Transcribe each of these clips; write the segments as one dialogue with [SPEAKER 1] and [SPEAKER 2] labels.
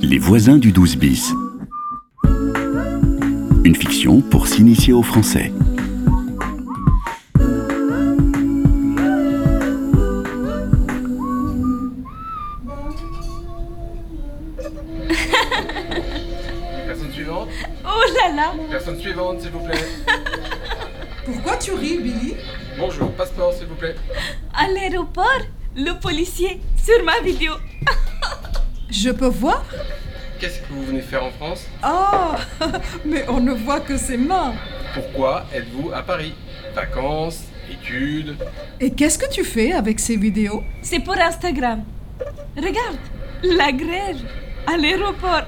[SPEAKER 1] Les voisins du 12 bis. Une fiction pour s'initier au français.
[SPEAKER 2] Personne suivante
[SPEAKER 3] Oh là là
[SPEAKER 2] Personne suivante, s'il vous plaît.
[SPEAKER 4] Pourquoi tu ris, Billy
[SPEAKER 2] Bonjour, passeport, s'il vous plaît.
[SPEAKER 3] À l'aéroport, le policier sur ma vidéo.
[SPEAKER 4] Je peux voir
[SPEAKER 2] Qu'est-ce que vous venez faire en France
[SPEAKER 4] Oh Mais on ne voit que ses mains
[SPEAKER 2] Pourquoi êtes-vous à Paris Vacances Études
[SPEAKER 4] Et qu'est-ce que tu fais avec ces vidéos
[SPEAKER 3] C'est pour Instagram. Regarde, la grève à l'aéroport.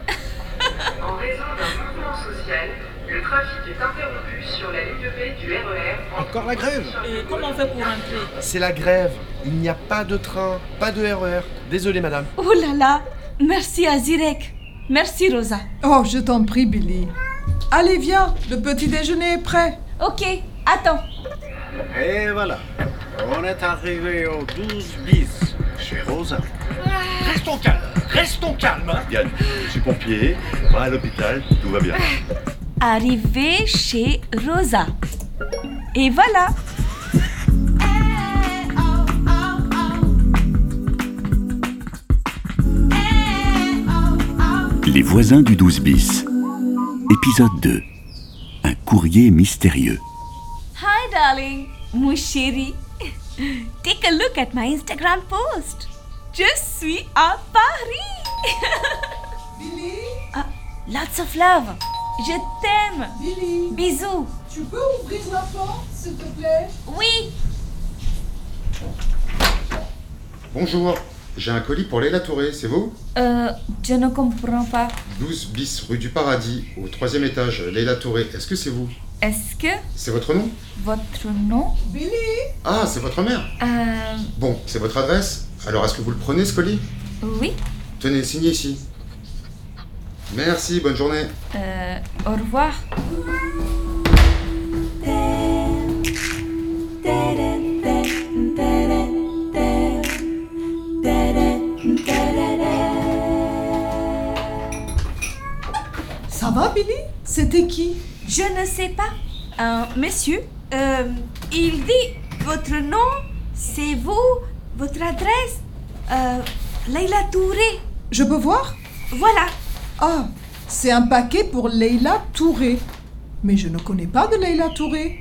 [SPEAKER 5] En raison d'un mouvement social, le trafic est interrompu sur la ligne B du E RER.
[SPEAKER 6] Encore la grève
[SPEAKER 7] Et comment on fait pour rentrer
[SPEAKER 6] C'est la grève. Il n'y a pas de train, pas de RER. Désolé, madame.
[SPEAKER 3] Oh là là Merci à Zirek. Merci Rosa.
[SPEAKER 4] Oh, je t'en prie, Billy. Allez, viens, le petit déjeuner est prêt.
[SPEAKER 3] Ok, attends.
[SPEAKER 8] Et voilà, on est arrivé au 12 bis chez Rosa.
[SPEAKER 9] Restons calmes, restons calmes. hein.
[SPEAKER 8] Yann, je suis pompier, va à l'hôpital, tout va bien.
[SPEAKER 3] Arrivé chez Rosa. Et voilà
[SPEAKER 1] Les voisins du 12 bis. Épisode 2. Un courrier mystérieux.
[SPEAKER 3] Hi darling, mon chéri. Take a look at my Instagram post. Je suis à Paris.
[SPEAKER 4] Billy
[SPEAKER 3] Ah, lots of love. Je t'aime.
[SPEAKER 4] Billy
[SPEAKER 3] Bisous.
[SPEAKER 4] Tu peux ouvrir la porte, s'il te plaît
[SPEAKER 3] Oui.
[SPEAKER 10] Bonjour, j'ai un colis pour Léla Touré, c'est vous
[SPEAKER 3] Euh, je ne comprends pas.
[SPEAKER 10] 12 bis rue du Paradis, au troisième étage, Léla Touré, est-ce que c'est vous
[SPEAKER 3] Est-ce que
[SPEAKER 10] C'est votre nom
[SPEAKER 3] votre nom
[SPEAKER 4] Billy
[SPEAKER 10] Ah, c'est votre mère
[SPEAKER 3] Euh,
[SPEAKER 10] Bon, c'est votre adresse Alors est-ce que vous le prenez ce colis
[SPEAKER 3] oui.
[SPEAKER 10] Tenez, signez ici. Merci, bonne journée.
[SPEAKER 3] Euh, au revoir.
[SPEAKER 4] Ça va, Billy C'était qui
[SPEAKER 3] Je ne sais pas. Euh, monsieur, euh, il dit votre nom, c'est vous, votre adresse, euh, Leila Touré.
[SPEAKER 4] Je peux voir
[SPEAKER 3] Voilà.
[SPEAKER 4] Ah, c'est un paquet pour Leila Touré. Mais je ne connais pas de Leila Touré.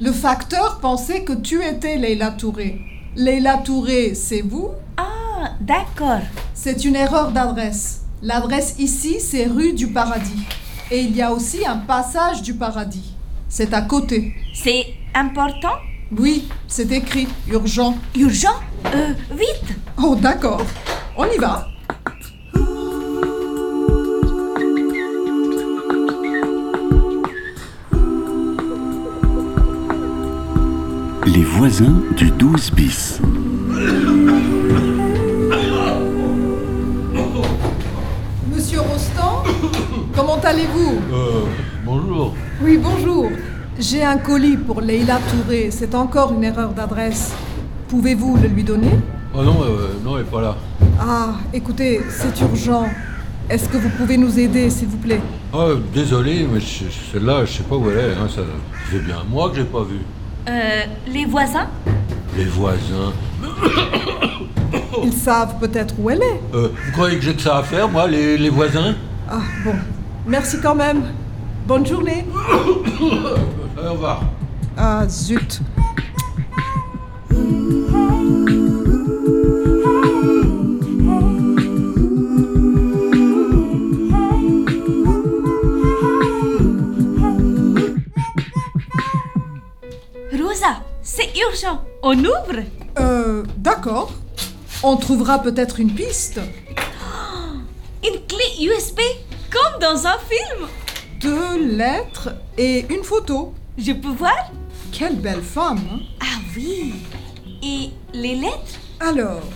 [SPEAKER 4] Le facteur pensait que tu étais Leila Touré. Leila Touré, c'est vous
[SPEAKER 3] Ah, d'accord.
[SPEAKER 4] C'est une erreur d'adresse. L'adresse ici, c'est rue du Paradis. Et il y a aussi un passage du Paradis. C'est à côté.
[SPEAKER 3] C'est important
[SPEAKER 4] Oui, c'est écrit, urgent.
[SPEAKER 3] Urgent Euh, vite
[SPEAKER 4] Oh, d'accord. On y va.
[SPEAKER 1] Les voisins du 12 bis.
[SPEAKER 4] Monsieur Rostand, comment allez-vous
[SPEAKER 11] Euh, bonjour.
[SPEAKER 4] Oui, bonjour. J'ai un colis pour Leila Touré. C'est encore une erreur d'adresse. Pouvez-vous le lui donner
[SPEAKER 11] Oh non, euh, non, elle est pas là.
[SPEAKER 4] Ah, écoutez, c'est urgent. Est-ce que vous pouvez nous aider, s'il vous plaît
[SPEAKER 11] Oh, désolé, mais je- celle-là, je sais pas où elle est. hein, ça, c'est bien moi que j'ai pas vu.
[SPEAKER 3] Euh, les voisins
[SPEAKER 11] Les voisins. Oh.
[SPEAKER 4] Ils savent peut-être où elle est.
[SPEAKER 11] Euh, vous croyez que j'ai que ça à faire, moi, les, les voisins
[SPEAKER 4] Ah, bon. Merci quand même. Bonne journée.
[SPEAKER 11] Allez, au revoir.
[SPEAKER 4] Ah, zut.
[SPEAKER 3] Rosa, c'est urgent. On ouvre
[SPEAKER 4] Euh, d'accord. On trouvera peut-être une piste.
[SPEAKER 3] Une clé USB comme dans un film.
[SPEAKER 4] Deux lettres et une photo.
[SPEAKER 3] Je peux voir
[SPEAKER 4] Quelle belle femme. hein.
[SPEAKER 3] Ah oui. Et les lettres
[SPEAKER 4] Alors,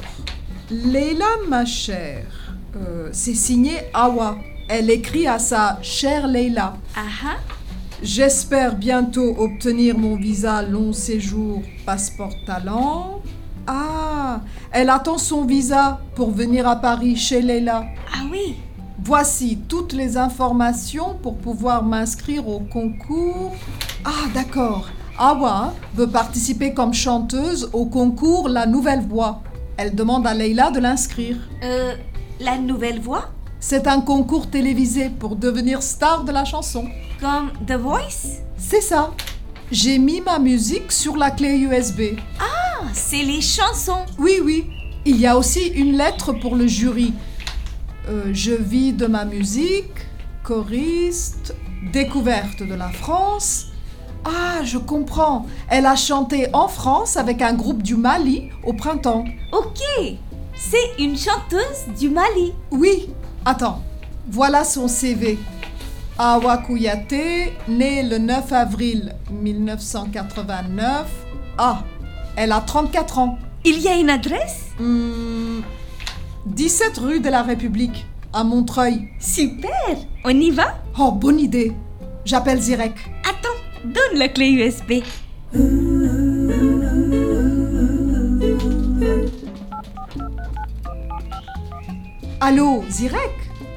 [SPEAKER 4] Leila, ma chère, euh, c'est signé Awa. Elle écrit à sa chère Leila.
[SPEAKER 3] Ah ah.
[SPEAKER 4] J'espère bientôt obtenir mon visa long séjour passeport talent. Ah, elle attend son visa pour venir à Paris chez Leila.
[SPEAKER 3] Ah oui.
[SPEAKER 4] Voici toutes les informations pour pouvoir m'inscrire au concours. Ah, d'accord. Awa veut participer comme chanteuse au concours La Nouvelle Voix. Elle demande à Leila de l'inscrire.
[SPEAKER 3] Euh, la nouvelle voix
[SPEAKER 4] C'est un concours télévisé pour devenir star de la chanson.
[SPEAKER 3] Comme The Voice
[SPEAKER 4] C'est ça. J'ai mis ma musique sur la clé USB.
[SPEAKER 3] Ah, C'est les chansons.
[SPEAKER 4] Oui, oui. Il y a aussi une lettre pour le jury. Euh, je vis de ma musique, choriste, découverte de la France. Ah, je comprends. Elle a chanté en France avec un groupe du Mali au printemps.
[SPEAKER 3] Ok. C'est une chanteuse du Mali.
[SPEAKER 4] Oui, attends. Voilà son CV. Awa Kouyaté, née le 9 avril 1989. Ah, elle a 34 ans.
[SPEAKER 3] Il y a une adresse
[SPEAKER 4] Hmm, 17 rue de la République, à Montreuil.
[SPEAKER 3] Super. On y va
[SPEAKER 4] Oh, bonne idée. J'appelle Zirek.
[SPEAKER 3] Attends, donne la clé USB.
[SPEAKER 4] Allô, Zirek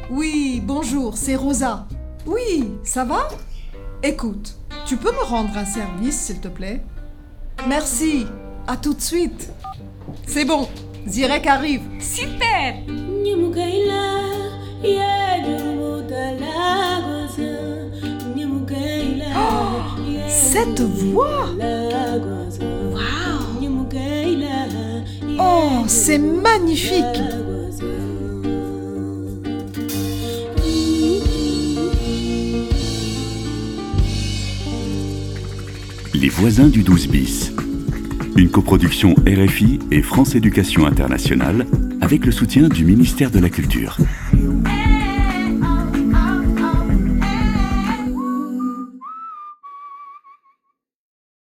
[SPEAKER 4] Oui, bonjour, c'est Rosa. Oui, ça va Écoute, tu peux me rendre un service, s'il te plaît Merci, à tout de suite. C'est bon, Zirek arrive.
[SPEAKER 3] Super.
[SPEAKER 4] Cette voix Oh, c'est magnifique
[SPEAKER 1] Les voisins du 12 bis. Une coproduction RFI et France Éducation Internationale avec le soutien du ministère de la Culture.
[SPEAKER 3] RFI,